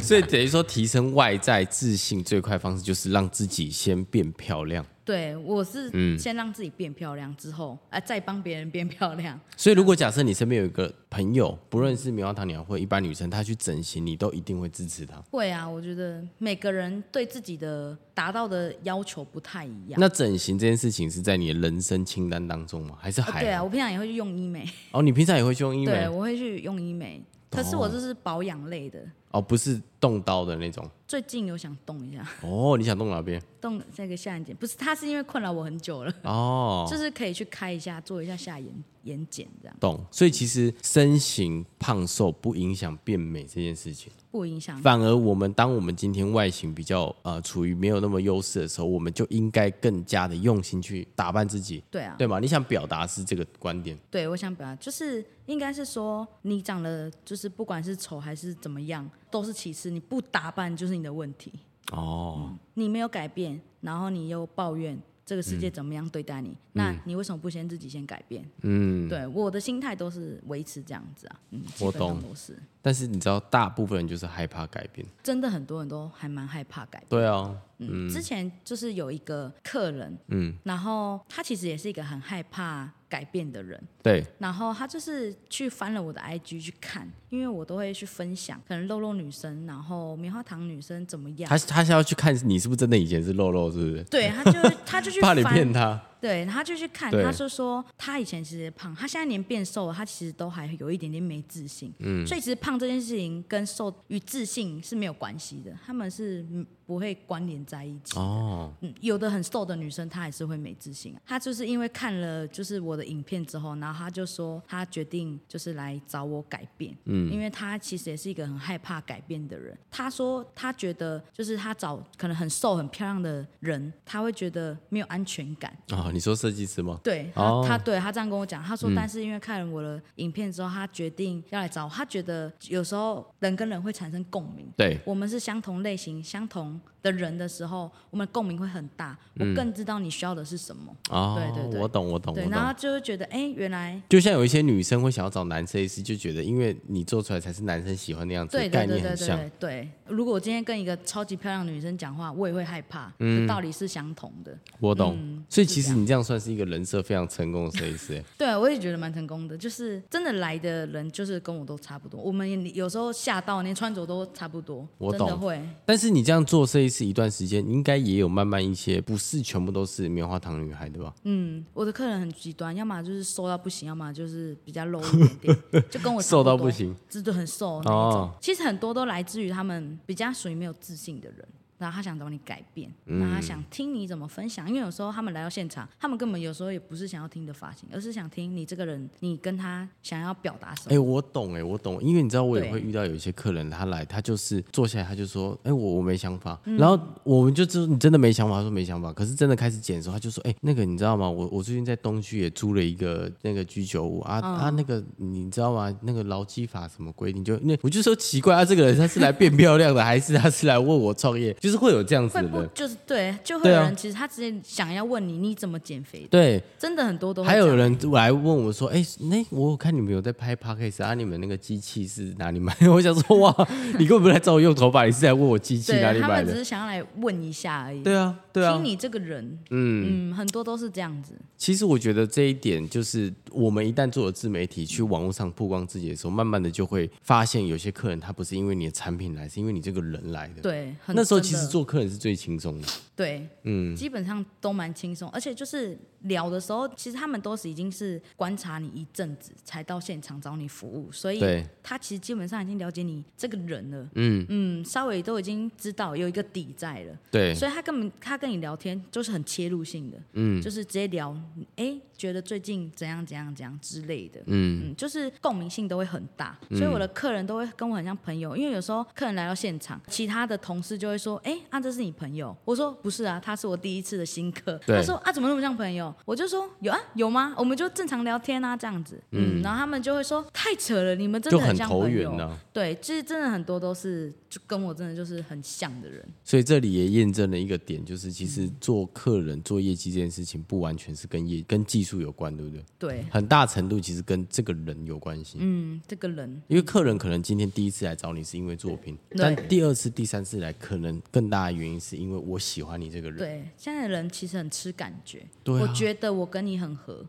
Speaker 2: 所以等于说，提升外在自信最快方式就是让自己先变漂亮。
Speaker 1: 对我是先让自己变漂亮之后，
Speaker 2: 嗯
Speaker 1: 啊、再帮别人变漂亮。 *laughs*
Speaker 2: 所以，如果假设你身边有一个朋友，不论是棉花糖鸟或一般女生，她去整形，你都一定会支持她。
Speaker 1: 会啊，我觉得每个人对自己的达到的要求不太一样。
Speaker 2: 那整形这件事情是在你的人生清单当中吗？还是
Speaker 1: 啊
Speaker 2: 还
Speaker 1: 对啊，
Speaker 2: 好？
Speaker 1: 我平常也会去用医美，
Speaker 2: 哦，你平常也会去用医
Speaker 1: 对
Speaker 2: E 美？
Speaker 1: 我会去用医 E 美，可是我这是保养类的。
Speaker 2: 哦，不是动刀的那种。
Speaker 1: 最近有想动一下， *laughs*
Speaker 2: 哦，你想动哪边？
Speaker 1: 动这个下眼睑，不是，它是因为困扰我很久了，
Speaker 2: 哦，
Speaker 1: *laughs* 就是可以去开一下，做一下下眼眼睑这样，
Speaker 2: 懂。所以其实身形胖瘦不影响变美这件事情。
Speaker 1: 不影响。
Speaker 2: 反而我们当我们今天外形比较呃处于没有那么优势的时候，我们就应该更加的用心去打扮自己，
Speaker 1: 对啊，
Speaker 2: 对吗？你想表达是这个观点，
Speaker 1: 对，我想表达就是应该是说，你长得就是不管是丑还是怎么样，都是其次，你不打扮就是你的问题，嗯
Speaker 2: 哦，
Speaker 1: 你没有改变，然后你又抱怨这个世界怎么样对待你，那你为什么不先自己先改变？嗯，对，我的心态都是维持这样子啊，嗯，基
Speaker 2: 我
Speaker 1: 本上
Speaker 2: 懂
Speaker 1: 都是。
Speaker 2: 但是你知道，大部分人就是害怕改变，
Speaker 1: 真的很多人都还蛮害怕改变。
Speaker 2: 对啊，
Speaker 1: 嗯，之前就是有一个客人，嗯，然后他其实也是一个很害怕改变的人，
Speaker 2: 对，
Speaker 1: 然后他就是去翻了我的 IG 去看，因为我都会去分享，可能肉肉女生，然后棉花糖女生怎么样
Speaker 2: 他，他是要去看你是不是真的以前是肉肉，是不是？
Speaker 1: 对，他就他就去
Speaker 2: *laughs* 怕
Speaker 1: 翻
Speaker 2: 你，骗他，
Speaker 1: 对，他就去看，
Speaker 2: 对
Speaker 1: 他就说他以前其实胖，他现在连变瘦了，他其实都还有一点点没自信，嗯，所以其实胖这件事情跟瘦与自信是没有关系的，他们是不会关联在一起的。
Speaker 2: 哦，
Speaker 1: 嗯，有的很瘦的女生她还是会没自信、啊。她就是因为看了就是我的影片之后，然后她就说她决定就是来找我改变，嗯，因为她其实也是一个很害怕改变的人。她说她觉得就是她找可能很瘦很漂亮的人，她会觉得没有安全感。
Speaker 2: 哦，你说设计师吗？
Speaker 1: 对，他、
Speaker 2: 哦嗯
Speaker 1: 他对他这样跟我讲，他说，但是因为看了我的影片之后，他决定要来找我。他觉得有时候人跟人会产生共鸣，
Speaker 2: 对，
Speaker 1: 我们是相同类型、相同的人的时候，我们共鸣会很大。我更知道你需要的是什么。
Speaker 2: 哦，
Speaker 1: 对对对
Speaker 2: 我嗯懂，我懂，我
Speaker 1: 对，然后
Speaker 2: 懂。
Speaker 1: 就会觉得，哎、原来
Speaker 2: 就像有一些女生会想要找男设计师，就觉得因为你做出来才是男生喜欢的样子，
Speaker 1: 对
Speaker 2: 概
Speaker 1: 对对嗯
Speaker 2: 念
Speaker 1: 对
Speaker 2: 很
Speaker 1: 对
Speaker 2: 像。
Speaker 1: 对对。如果我今天跟一个超级漂亮的女生讲话，我也会害怕，嗯、道理是相同的。
Speaker 2: 我懂，所以其
Speaker 1: 是这
Speaker 2: 实你这样算是一个人设非常成功的设计师。欸 *laughs*
Speaker 1: 对，啊我也觉得蛮成功的，就是真的来的人就是跟我都差不多，我们也有时候吓到连穿着都差不多，
Speaker 2: 我
Speaker 1: 真的
Speaker 2: 懂
Speaker 1: 会。
Speaker 2: 但是你这样做设计师一段时间，你应该也有慢慢一些，不是全部都是棉花糖女孩，对吧？
Speaker 1: 嗯，我的客人很极端，要么就是瘦到不行，要么就是比较 low 一点点，就跟我差
Speaker 2: 瘦到
Speaker 1: 多
Speaker 2: 不行，
Speaker 1: 真的很瘦那一种。
Speaker 2: 哦
Speaker 1: 其实很多都来自于他们比较属于没有自信的人。然后他想找你改变，
Speaker 2: 嗯
Speaker 1: 然后他想听你怎么分享，因为有时候他们来到现场，他们根本有时候也不是想要听你的发型，而是想听你这个人，你跟他想要表达什
Speaker 2: 哎、
Speaker 1: 么。
Speaker 2: 我懂、哎，我懂，因为你知道我也
Speaker 1: 对
Speaker 2: 会遇到有一些客人，他来，他就是坐下来，他就说，哎、我我没想法，
Speaker 1: 嗯
Speaker 2: 然后我们就知道你真的没想法，他说没想法，可是真的开始剪的时候，他就说，哎、那个你知道吗？我我最近在东区也租了一个那个居酒屋啊、啊，
Speaker 1: 嗯
Speaker 2: 那个你知道吗？那个劳基法什么规定？就那我就说奇怪啊，这个人他是来变 *laughs* 漂亮的，还是他是来问我创业？就是会有这样子
Speaker 1: 会
Speaker 2: 的
Speaker 1: 不
Speaker 2: 人。
Speaker 1: 就是对，就会
Speaker 2: 对
Speaker 1: 有
Speaker 2: 啊
Speaker 1: 人其实他直接想要问你你怎么减肥的，
Speaker 2: 对，
Speaker 1: 真的很多都会
Speaker 2: 还
Speaker 1: 这
Speaker 2: 有
Speaker 1: 样
Speaker 2: 人来问我说：“哎、那我有看你们有在拍 podcast 啊？你们那个机器是哪里买？” *laughs* 我想说：“哇，你根本不是来找我用头发，你是来问我机器哪
Speaker 1: 对
Speaker 2: 里
Speaker 1: 他
Speaker 2: 买
Speaker 1: 们只
Speaker 2: 的
Speaker 1: 是想要来问一下而已？”。
Speaker 2: 对啊，对啊
Speaker 1: 听。你这个人，嗯很多都是这样子。
Speaker 2: 其实我觉得这一点就是，我们一旦做了自媒体，去网络上曝光自己的时候，慢慢的就会发现，有些客人他不是因为你的产品来，是因为你这个人来的。
Speaker 1: 对，很
Speaker 2: 那时候
Speaker 1: 真
Speaker 2: 其其实做客人是最轻松的。
Speaker 1: 对，嗯，基本上都蛮轻松，而且就是聊的时候，其实他们都是已经是观察你一阵子才到现场找你服务，所以
Speaker 2: 对
Speaker 1: 他其实基本上已经了解你这个人了，
Speaker 2: 嗯，
Speaker 1: 嗯，稍微都已经知道有一个底在了，
Speaker 2: 对，
Speaker 1: 所以他根本他跟你聊天就是很切入性的，
Speaker 2: 嗯
Speaker 1: 就是直接聊，哎，觉得最近怎样怎样怎样之类的，
Speaker 2: 嗯，
Speaker 1: 嗯，就是共鸣性都会很大，所以我的客人都会跟我很像朋友，因为有时候客人来到现场，其他的同事就会说：“哎、啊，这是你朋友？”我说：“不是啊，他是我第一次的新客。”
Speaker 2: 对
Speaker 1: 他说：“啊，怎么那么像朋友？”我就说：“有啊，有吗？我们就正常聊天啊，这样子。”嗯，然后他们就会说：“太扯了，你们真
Speaker 2: 就
Speaker 1: 的
Speaker 2: 很
Speaker 1: 像
Speaker 2: 投
Speaker 1: 朋
Speaker 2: 缘啊
Speaker 1: 友。
Speaker 2: 呢、
Speaker 1: 对，其实真的很多都是就跟我真的就是很像的人，
Speaker 2: 所以这里也验证了一个点，就是其实
Speaker 1: 嗯
Speaker 2: 做客人做业绩这件事情，不完全是跟业跟技术有关，对不对？
Speaker 1: 对，
Speaker 2: 很大程度其实跟这个人有关系。
Speaker 1: 嗯，这个人
Speaker 2: 因为客人可能今天第一次来找你是因为作品，
Speaker 1: 对
Speaker 2: 但第二次、第三次来，可能更大的原因是因为我喜欢你这个人。
Speaker 1: 对，现在的人其实很吃感觉。
Speaker 2: 对啊嗯
Speaker 1: 我觉得我跟你很合，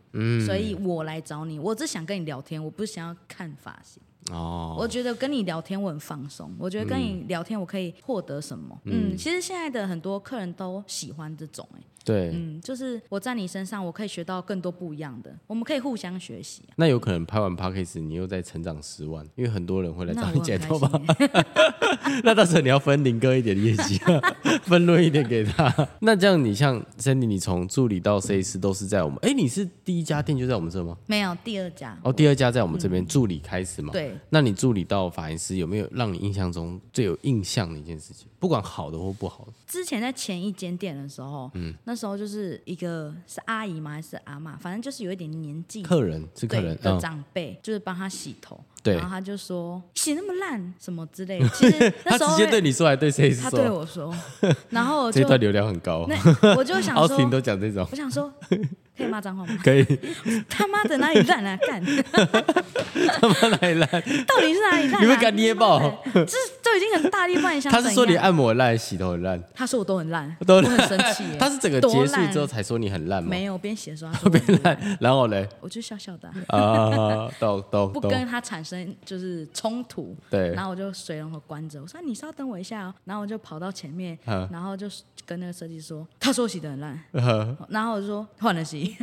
Speaker 1: 所以我来找你。我只想跟你聊天，我不是想要看发型。
Speaker 2: 哦，
Speaker 1: 我觉得跟你聊天我很放松，我觉得跟你聊天我可以获得什么。嗯，其实现在的很多客人都喜欢这种、哎，
Speaker 2: 对，
Speaker 1: 嗯，就是我在你身上我可以学到更多不一样的，我们可以互相学习、啊。
Speaker 2: 那有可能拍完 p a c k a g e 你又再成长十万，因为很多人会来
Speaker 1: 那
Speaker 2: 找
Speaker 1: 我
Speaker 2: 你
Speaker 1: 很
Speaker 2: 剪
Speaker 1: 开
Speaker 2: 头
Speaker 1: 心、 *laughs*
Speaker 2: 发。 *laughs* 那到时候你要分林哥一点业绩， *laughs* 分论一点给他。 *laughs* 那这样，你像 Sandy，你从助理到设计师都是在我们，哎，你是第一家店就在我们这吗？
Speaker 1: 没有第二家，
Speaker 2: 哦，第二家在我们这边，助理开始嘛。。
Speaker 1: 嗯对，
Speaker 2: 那你助理到发型师有没有让你印象中最有印象的一件事情？不管好的或不好的，
Speaker 1: 之前在前一间店的时候，
Speaker 2: 嗯
Speaker 1: 那时候就是一个是阿姨吗还是阿嬷，反正就是有一点年纪
Speaker 2: 客人是客
Speaker 1: 对
Speaker 2: 人，
Speaker 1: 的
Speaker 2: 嗯，
Speaker 1: 长辈，就是帮他洗头，
Speaker 2: 对
Speaker 1: 然后他就说洗那么烂什么之
Speaker 2: *laughs*
Speaker 1: 类的。其实那
Speaker 2: 他
Speaker 1: 时
Speaker 2: 直
Speaker 1: 候
Speaker 2: 接对你说，还对设计师
Speaker 1: 他对
Speaker 2: 说，
Speaker 1: 我
Speaker 2: *laughs*
Speaker 1: 说，然后我
Speaker 2: 这
Speaker 1: 就
Speaker 2: 一段流量很高，
Speaker 1: 那我就想
Speaker 2: 奥斯汀
Speaker 1: 说，
Speaker 2: 都讲这
Speaker 1: *laughs*
Speaker 2: 种，
Speaker 1: 我想说可以骂脏话吗？ *laughs*
Speaker 2: 可以，
Speaker 1: 他妈的哪里烂
Speaker 2: *laughs*
Speaker 1: 啊？干，
Speaker 2: 他妈来来，
Speaker 1: 到底是哪里烂、啊？
Speaker 2: 你会敢捏爆？
Speaker 1: 这都已经很大力，不然你想
Speaker 2: 他是
Speaker 1: 怎
Speaker 2: 说你
Speaker 1: 样
Speaker 2: 按摩很烂，洗头很烂，
Speaker 1: 他说我都很烂，
Speaker 2: 都
Speaker 1: 我很生气耶。
Speaker 2: *laughs* 他是整个
Speaker 1: 多
Speaker 2: 结束
Speaker 1: 烂
Speaker 2: 之后才说你很烂吗？
Speaker 1: 没有边写的时候他
Speaker 2: *laughs*
Speaker 1: 说我
Speaker 2: 特别
Speaker 1: 很烂，
Speaker 2: 烂，然后嘞
Speaker 1: 我就笑笑的啊、
Speaker 2: 啊，懂懂
Speaker 1: 不
Speaker 2: 懂，
Speaker 1: 跟他产生就是冲突。
Speaker 2: 对
Speaker 1: 然后我就水龙头关着，我说你稍等我一下哦，然后我就跑到前面，
Speaker 2: 嗯
Speaker 1: 然后就跟那个设计师说，他说我洗的很烂，
Speaker 2: 呃
Speaker 1: 然后我就说换人洗， *laughs*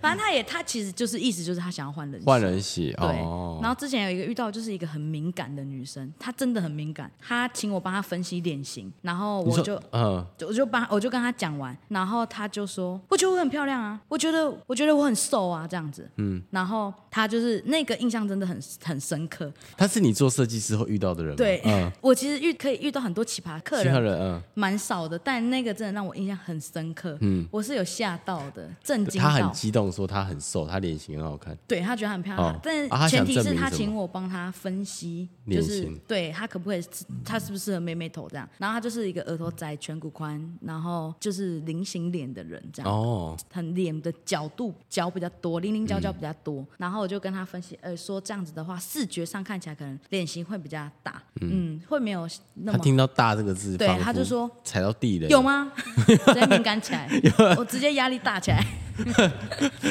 Speaker 1: 反正他也他其实就是意思就是他想要换人洗。
Speaker 2: 换人洗
Speaker 1: 对，
Speaker 2: 哦，
Speaker 1: 然后之前有一个遇到就是一个很敏感的女生，她真的很敏感，她请我帮她分析脸型，然后
Speaker 2: 你
Speaker 1: 我
Speaker 2: 说
Speaker 1: 就
Speaker 2: 嗯，
Speaker 1: 就我就帮我就跟他讲完，然后他就说：“我觉得我很漂亮啊，我觉得我觉得我很瘦啊，这样子。”嗯，然后他就是那个印象真的很很深刻。
Speaker 2: 他是你做设计师后遇到的人吗？
Speaker 1: 对，
Speaker 2: 嗯，
Speaker 1: *laughs* 我其实遇可以遇到很多奇葩客
Speaker 2: 其他
Speaker 1: 人，
Speaker 2: 人嗯，
Speaker 1: 蛮少的，但那个真的让我印象很深刻。嗯，我是有吓到的，震惊
Speaker 2: 他很
Speaker 1: 到。
Speaker 2: 激动说他很瘦，他脸型很好看，
Speaker 1: 对他觉得她很漂亮，
Speaker 2: 哦啊他
Speaker 1: 但
Speaker 2: 想
Speaker 1: 前提
Speaker 2: 证
Speaker 1: 是
Speaker 2: 明
Speaker 1: 他
Speaker 2: 什么
Speaker 1: 请我帮他分析，
Speaker 2: 脸
Speaker 1: 就是
Speaker 2: 型
Speaker 1: 对他可不可以，他适不适合妹妹头这样。然后他就是一个额头窄、颧骨宽，然后就是菱形脸的人这样。
Speaker 2: 哦，
Speaker 1: 很脸的角度角比较多，零零角
Speaker 2: 嗯
Speaker 1: 角比较多。然后我就跟他分析，呃，说这样子的话，视觉上看起来可能脸型会比较大，嗯会没有那
Speaker 2: 他
Speaker 1: 么。
Speaker 2: 听到大这个字，
Speaker 1: 对
Speaker 2: 仿佛
Speaker 1: 他就说
Speaker 2: 踩到地雷，
Speaker 1: 有？吗？ *laughs* 直接敏感起
Speaker 2: *laughs*
Speaker 1: 来，我直接压力大起来。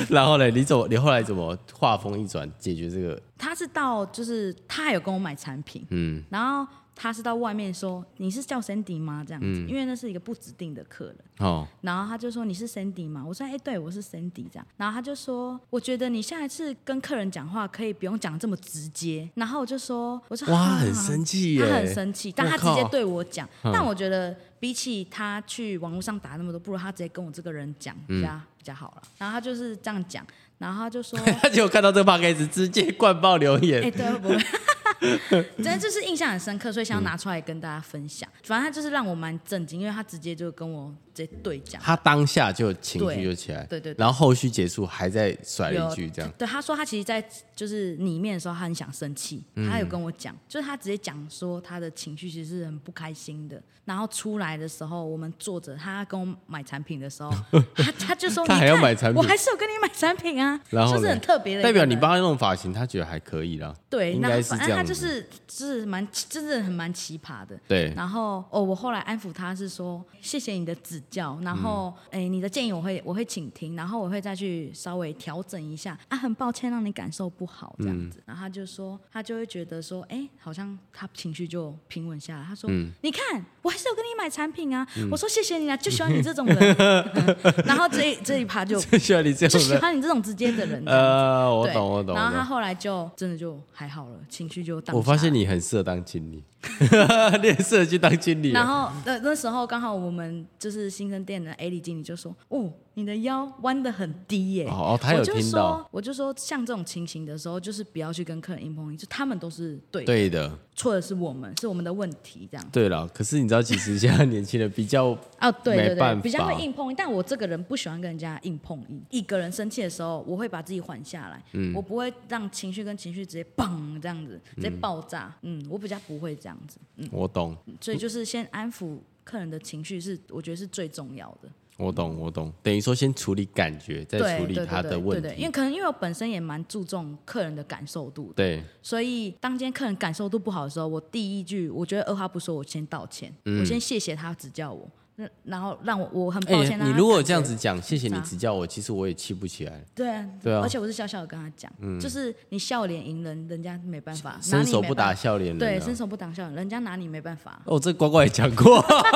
Speaker 2: 然后嘞，你怎么你后来怎么话锋一转解决这个？
Speaker 1: 他是到，就是他还有跟我买产品，
Speaker 2: 嗯，
Speaker 1: 然后他是到外面说你是叫 Sandy 吗？这样
Speaker 2: 嗯
Speaker 1: 子，因为那是一个不指定的客人。
Speaker 2: 哦， *laughs*
Speaker 1: 然后他就说你是 Sandy 吗？我说哎、对，我是 Sandy 这样。然后他就说，我觉得你下一次跟客人讲话可以不用讲这么直接。然后我就说，我说
Speaker 2: 哇，
Speaker 1: 啊
Speaker 2: 很生气
Speaker 1: 他
Speaker 2: 耶，
Speaker 1: 很生气，但
Speaker 2: 我
Speaker 1: 他直接
Speaker 2: 靠。
Speaker 1: 对我讲。但我觉得比起他去网络上打那么多，不如他直接跟我这个人讲比较、比较好了。然后他就是这样讲，然后他就说
Speaker 2: 他就看到这个 p o d c a 直接灌爆留言
Speaker 1: 哎、，对，会不
Speaker 2: *laughs*
Speaker 1: 会？真的就是印象很深刻，所以想要拿出来跟大家分享。反正他就是让我蛮震惊，因为他直接就跟我直接对讲。
Speaker 2: 他当下就情绪
Speaker 1: 对
Speaker 2: 就起来，
Speaker 1: 对对对
Speaker 2: 然后后续结束还在甩了
Speaker 1: 有
Speaker 2: 一句这样，
Speaker 1: 对，他说他其实，在就是里面的时候，他很想生气，
Speaker 2: 嗯
Speaker 1: 他有跟我讲，就是他直接讲说他的情绪其实是很不开心的。然后出来的时候，我们坐着，他跟我买产品的时候，他他就说
Speaker 2: *laughs* 他
Speaker 1: 你
Speaker 2: 还要
Speaker 1: 看
Speaker 2: 买产品
Speaker 1: 我还是有跟你买产品啊，
Speaker 2: 然后
Speaker 1: 就是
Speaker 2: 呢
Speaker 1: 很特别的一个
Speaker 2: 代
Speaker 1: 人，
Speaker 2: 表你帮他弄发型，他觉得还可以啦。
Speaker 1: 对，
Speaker 2: 应
Speaker 1: 那
Speaker 2: 该是
Speaker 1: 反哎
Speaker 2: 这
Speaker 1: 正他
Speaker 2: 样
Speaker 1: 就是就是蛮真的很蛮奇葩的。
Speaker 2: 对，
Speaker 1: 然后哦，我后来安抚他是说，谢谢你的指教，然
Speaker 2: 嗯
Speaker 1: 后哎、你的建议我会我会倾听，然后我会再去稍微调整一下啊，很抱歉让你感受不好这
Speaker 2: 嗯
Speaker 1: 样子。然后他就说，他就会觉得说，哎，好像他情绪就平稳下来。他说，
Speaker 2: 嗯
Speaker 1: 你看，我还是有跟你买产品啊。我说谢谢你啊，就喜欢你这种人。 *laughs* 嗯然后这一这一趴就
Speaker 2: *laughs* 就喜欢你这
Speaker 1: 就
Speaker 2: 种
Speaker 1: 喜
Speaker 2: 的。
Speaker 1: 欢你这种直接的人。
Speaker 2: *laughs* 呃，我
Speaker 1: 对
Speaker 2: 懂，我懂。
Speaker 1: 然后他
Speaker 2: 我懂
Speaker 1: 后来就真的就还好了，情绪就荡下来。
Speaker 2: 我发现你很适合当经理， *laughs* 你很适合去当经理。啊
Speaker 1: 然后那那时候刚好我们就是新生店的 A 李经理就说：“哦，你的腰弯得很低耶。
Speaker 2: 哦哦他有
Speaker 1: 我就
Speaker 2: 听
Speaker 1: 说
Speaker 2: 到，
Speaker 1: 我就说像这种情形的时候，就是不要去跟客人硬碰硬，就他们都是对，的，
Speaker 2: 对的，
Speaker 1: 错的是我们，是我们的问题这样。
Speaker 2: 对了。可是你知道，其实现在年轻人比较
Speaker 1: 哦，对
Speaker 2: 没
Speaker 1: 对
Speaker 2: 办
Speaker 1: 对，
Speaker 2: 法
Speaker 1: 比较会硬碰硬，但我这个人不喜欢跟人家硬碰硬。一个人生气的时候，我会把自己缓下来，
Speaker 2: 嗯
Speaker 1: 我不会让情绪跟情绪直接嘣这样子，直接爆炸。嗯，我比较不会这样子，
Speaker 2: 我懂，
Speaker 1: 所以就是先安抚客人的情绪是，我觉得是最重要的。
Speaker 2: 我懂，我懂。等于说，先处理感觉，再
Speaker 1: 对
Speaker 2: 处理
Speaker 1: 对对
Speaker 2: 他
Speaker 1: 对
Speaker 2: 的问
Speaker 1: 对对因为
Speaker 2: 题。
Speaker 1: 可能因为我本身也蛮注重客人的感受度的，
Speaker 2: 对，
Speaker 1: 所以当今天客人感受度不好的时候，我第一句我觉得二话不说，我先道歉，
Speaker 2: 嗯
Speaker 1: 我先谢谢他指教我，那然后让我我很抱歉、
Speaker 2: 哎，你如果这样
Speaker 1: 子。
Speaker 2: 子讲，谢谢你
Speaker 1: 咋
Speaker 2: 指教我，其实我也气不起来，
Speaker 1: 对啊，
Speaker 2: 对啊嗯
Speaker 1: 而且我是笑笑的跟他讲，就是你笑脸迎人，人家没办法，拿
Speaker 2: 伸
Speaker 1: 你
Speaker 2: 手
Speaker 1: 没
Speaker 2: 不
Speaker 1: 办
Speaker 2: 打
Speaker 1: 法，
Speaker 2: 笑脸
Speaker 1: 对，
Speaker 2: 人啊
Speaker 1: 伸。手不打笑脸，人家拿你没办法。
Speaker 2: 哦，这呱呱也讲过， *laughs*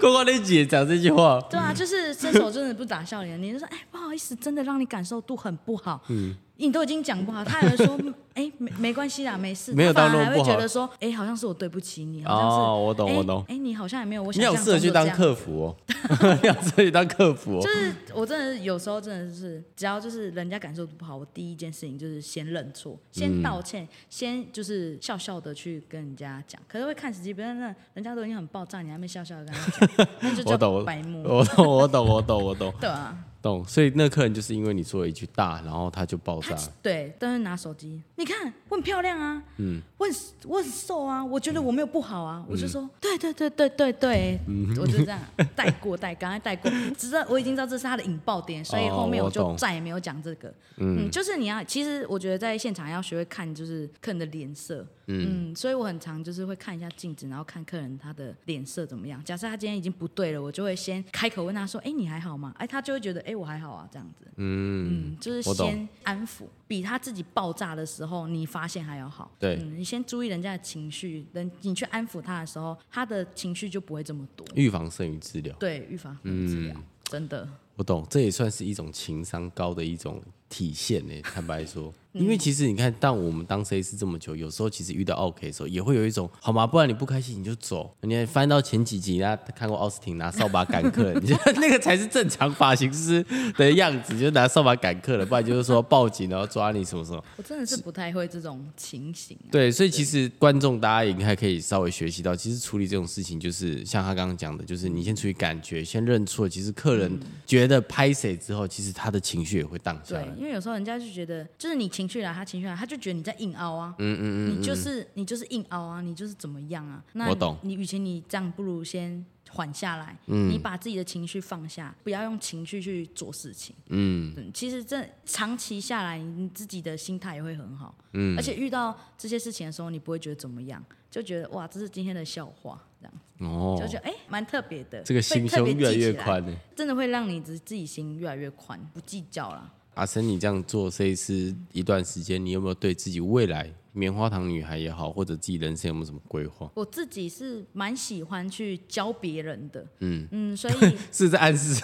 Speaker 2: 呱呱那姐讲这句话，
Speaker 1: 对啊，就是伸手真的不打笑脸，你就说哎不好意思，真的让你感受度很不好。
Speaker 2: 嗯
Speaker 1: 你都已经讲不好，他还会说 *laughs* 哎没没关系啦，没事。
Speaker 2: 没有
Speaker 1: 他
Speaker 2: 到
Speaker 1: 反而还
Speaker 2: 那么不
Speaker 1: 会
Speaker 2: 好
Speaker 1: 觉得说哎好像是我对不起你，好像是
Speaker 2: 哦我懂
Speaker 1: 哎
Speaker 2: 我懂
Speaker 1: 哎你好像也没有我
Speaker 2: 你
Speaker 1: 想象
Speaker 2: 好
Speaker 1: 中
Speaker 2: 适合去
Speaker 1: 的这
Speaker 2: 当
Speaker 1: 样
Speaker 2: 客服哦， *laughs* 你好适合去当客服哦
Speaker 1: 就。是我真的是有时候真的是，只要就是人家感受不好，我第一件事情就是先认
Speaker 2: 嗯
Speaker 1: 错，先道歉，先就是笑笑的去跟人家讲。可是会看时机，别人那人家都已经很爆炸，你还没笑笑的跟他讲，那就
Speaker 2: 我懂
Speaker 1: 叫，白目。
Speaker 2: *laughs* 我懂，我懂，我懂，我懂，
Speaker 1: 对啊，
Speaker 2: 懂。所以那客人就是因为你说了一句“大”，然后他就爆
Speaker 1: 他。
Speaker 2: 炸
Speaker 1: 对，但是拿手机，你看我很漂亮啊，嗯，我很我很瘦啊，我
Speaker 2: 嗯
Speaker 1: 觉得我没有不好啊，我就说对对对对对对，
Speaker 2: 嗯
Speaker 1: 我就这样带过带，赶快带
Speaker 2: *laughs*
Speaker 1: 过，直到我已经知道这是他的引爆点，所以
Speaker 2: 哦
Speaker 1: 后面
Speaker 2: 我
Speaker 1: 我就
Speaker 2: 懂
Speaker 1: 再也没有讲这个。嗯，就是你要，其实我觉得在现场要学会看就是客人的脸色，嗯所以我很常就是会看一下镜子，然后看客人他的脸色怎么样。假设他今天已经不对了，我就会先开口问他说：“哎，你还好吗？”哎，他就会觉得：“哎，我还好啊。”这样子，嗯就是
Speaker 2: 我懂
Speaker 1: 先安抚，比他自己爆炸的时候你发现还要好。
Speaker 2: 对
Speaker 1: 嗯，你先注意人家的情绪，人你去安抚他的时候，他的情绪就不会这么多。
Speaker 2: 预防胜于治疗，
Speaker 1: 对，预防和治疗、真的。
Speaker 2: 我懂，这也算是一种情商高的一种体
Speaker 1: *laughs*
Speaker 2: 现呢。坦白说，
Speaker 1: 嗯
Speaker 2: 因为其实你看，当我们当 C 师这么久，有时候其实遇到 OK 的时候，也会有一种好嘛，不然你不开心你就走。你还翻到前几集，大家看过奥斯汀拿扫把赶客 *laughs* 人，你觉得那个才是正常发型师的样子，就拿扫把赶客人，不然就是说报警然后抓你什么什么。
Speaker 1: 我真的是不太会这种情形、啊。
Speaker 2: 对，所以其实观众大家也应该可以稍微学习到，其实处理这种事情就是像他刚刚讲的，就是你先处理感觉，先认错。其实客
Speaker 1: 嗯
Speaker 2: 人觉得拍谁之后，其实他的情绪也会荡下
Speaker 1: 对
Speaker 2: 来，。
Speaker 1: 因为有时候人家就觉得，就是你情绪来，他情绪来，他就觉得你在硬凹啊，嗯嗯嗯，你就是你就是硬凹啊，你就是怎么样啊？那
Speaker 2: 我懂嗯
Speaker 1: 你与其你这样，不如先缓下来，你把自己的情绪放下，不要用情绪去做事情。嗯，其实这长期下来，你自己的心态也会很好。嗯，而且遇到这些事情的时候，你不会觉得怎么样，就觉得哇，这是今天的笑话，这样
Speaker 2: 哦
Speaker 1: 就，觉得哎，蛮、特别的。
Speaker 2: 这个
Speaker 1: 被
Speaker 2: 心
Speaker 1: 特别
Speaker 2: 胸越来
Speaker 1: 记起
Speaker 2: 越宽欸呢。
Speaker 1: 真的会让你自自己心越来越宽，不计较啦。
Speaker 2: 阿生，你这样做这一次一段时间，你有没有对自己未来棉花糖女孩也好，或者自己人生有没有什么
Speaker 1: *laughs*
Speaker 2: 规划？
Speaker 1: 我自己是蛮喜欢去教别人的，嗯嗯，所以
Speaker 2: 是在
Speaker 1: *laughs*
Speaker 2: 暗示，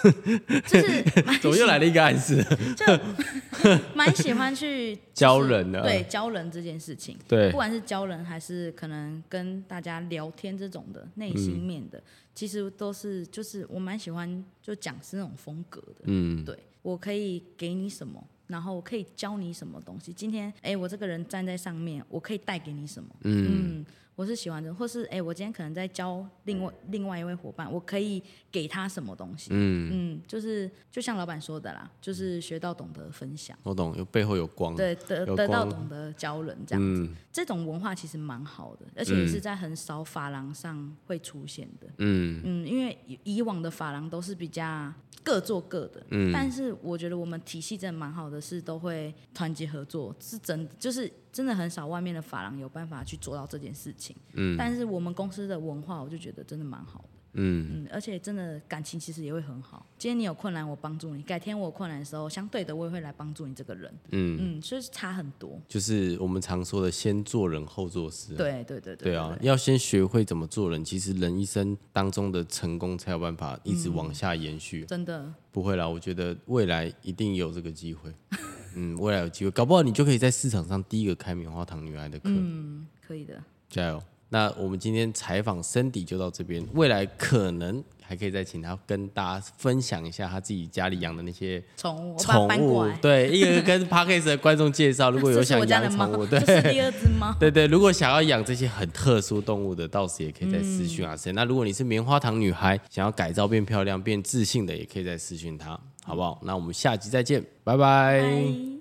Speaker 1: 就是蛮
Speaker 2: 怎么又来了一个暗示？
Speaker 1: *laughs* 蛮喜欢去
Speaker 2: 教人的
Speaker 1: 对教人这件事情，
Speaker 2: 对
Speaker 1: 不管是教人还是可能跟大家聊天这种的内心面
Speaker 2: 嗯
Speaker 1: 的，其实都是就是我蛮喜欢就讲师那种风格的，嗯，对我可以给你什么。然后我可以教你什么东西。今天，哎，我这个人站在上面，我可以带给你什么？嗯我是喜欢的，或是哎、诶我今天可能在教另外
Speaker 2: 嗯
Speaker 1: 另外一位伙伴，我可以给他什么东西？嗯嗯，就是就像老板说的啦，就是学到懂得分享，
Speaker 2: 我懂，有背后有光。
Speaker 1: 对得
Speaker 2: 有
Speaker 1: 得到
Speaker 2: 光嗯
Speaker 1: 懂得教人这样子，这种文化其实蛮好的，而且也是在很少
Speaker 2: 嗯
Speaker 1: 嗯发廊上会出现的。嗯因为以以往的发廊都是比较各做各的。嗯，但是我觉得我们体系真的蛮好的，是都会团结合作，是真的就是真的很少外面的发廊有办法去做到这件事情。嗯，但是我们公司的文化，我就觉得真的蛮好的。
Speaker 2: 嗯，
Speaker 1: 嗯，而且真的感情其实也会很好。今天你有困难，我帮助你；改天我有困难的时候，相对的我也会来帮助你这个人。嗯嗯，所以是差很多。
Speaker 2: 就是我们常说的先做人后做事、啊。
Speaker 1: 对对对
Speaker 2: 对啊，要先学会怎么做人。其实人一生当中的成功才有办法一直往下延续。
Speaker 1: 真的，
Speaker 2: 不会啦，我觉得未来一定有这个
Speaker 1: *laughs*
Speaker 2: 机会。嗯，未来有机会，搞不好你就可以在市场上第一个开棉花糖女孩的课。
Speaker 1: 嗯，可以的。
Speaker 2: 加油！那我们今天采访 Cindy 就到这边，未来可能还可以再请她跟大家分享一下她自己家里养的那些
Speaker 1: 宠物，我把它
Speaker 2: 宠
Speaker 1: 搬过
Speaker 2: 物
Speaker 1: 来。，
Speaker 2: 对，一个跟 Parkes 的观众介绍，如果有
Speaker 1: 这是
Speaker 2: 想
Speaker 1: 我家
Speaker 2: 养
Speaker 1: 的猫
Speaker 2: 宠，物，
Speaker 1: *laughs* 这
Speaker 2: 对。
Speaker 1: 是第二只猫。
Speaker 2: 对对，如果想要养这些很特殊动物的，到时也可以再私讯阿森、那如果你是棉花糖女孩，想要改造变漂亮、变自信的，也可以再私讯她，好不好？那我们下集再见，拜拜
Speaker 1: 嗨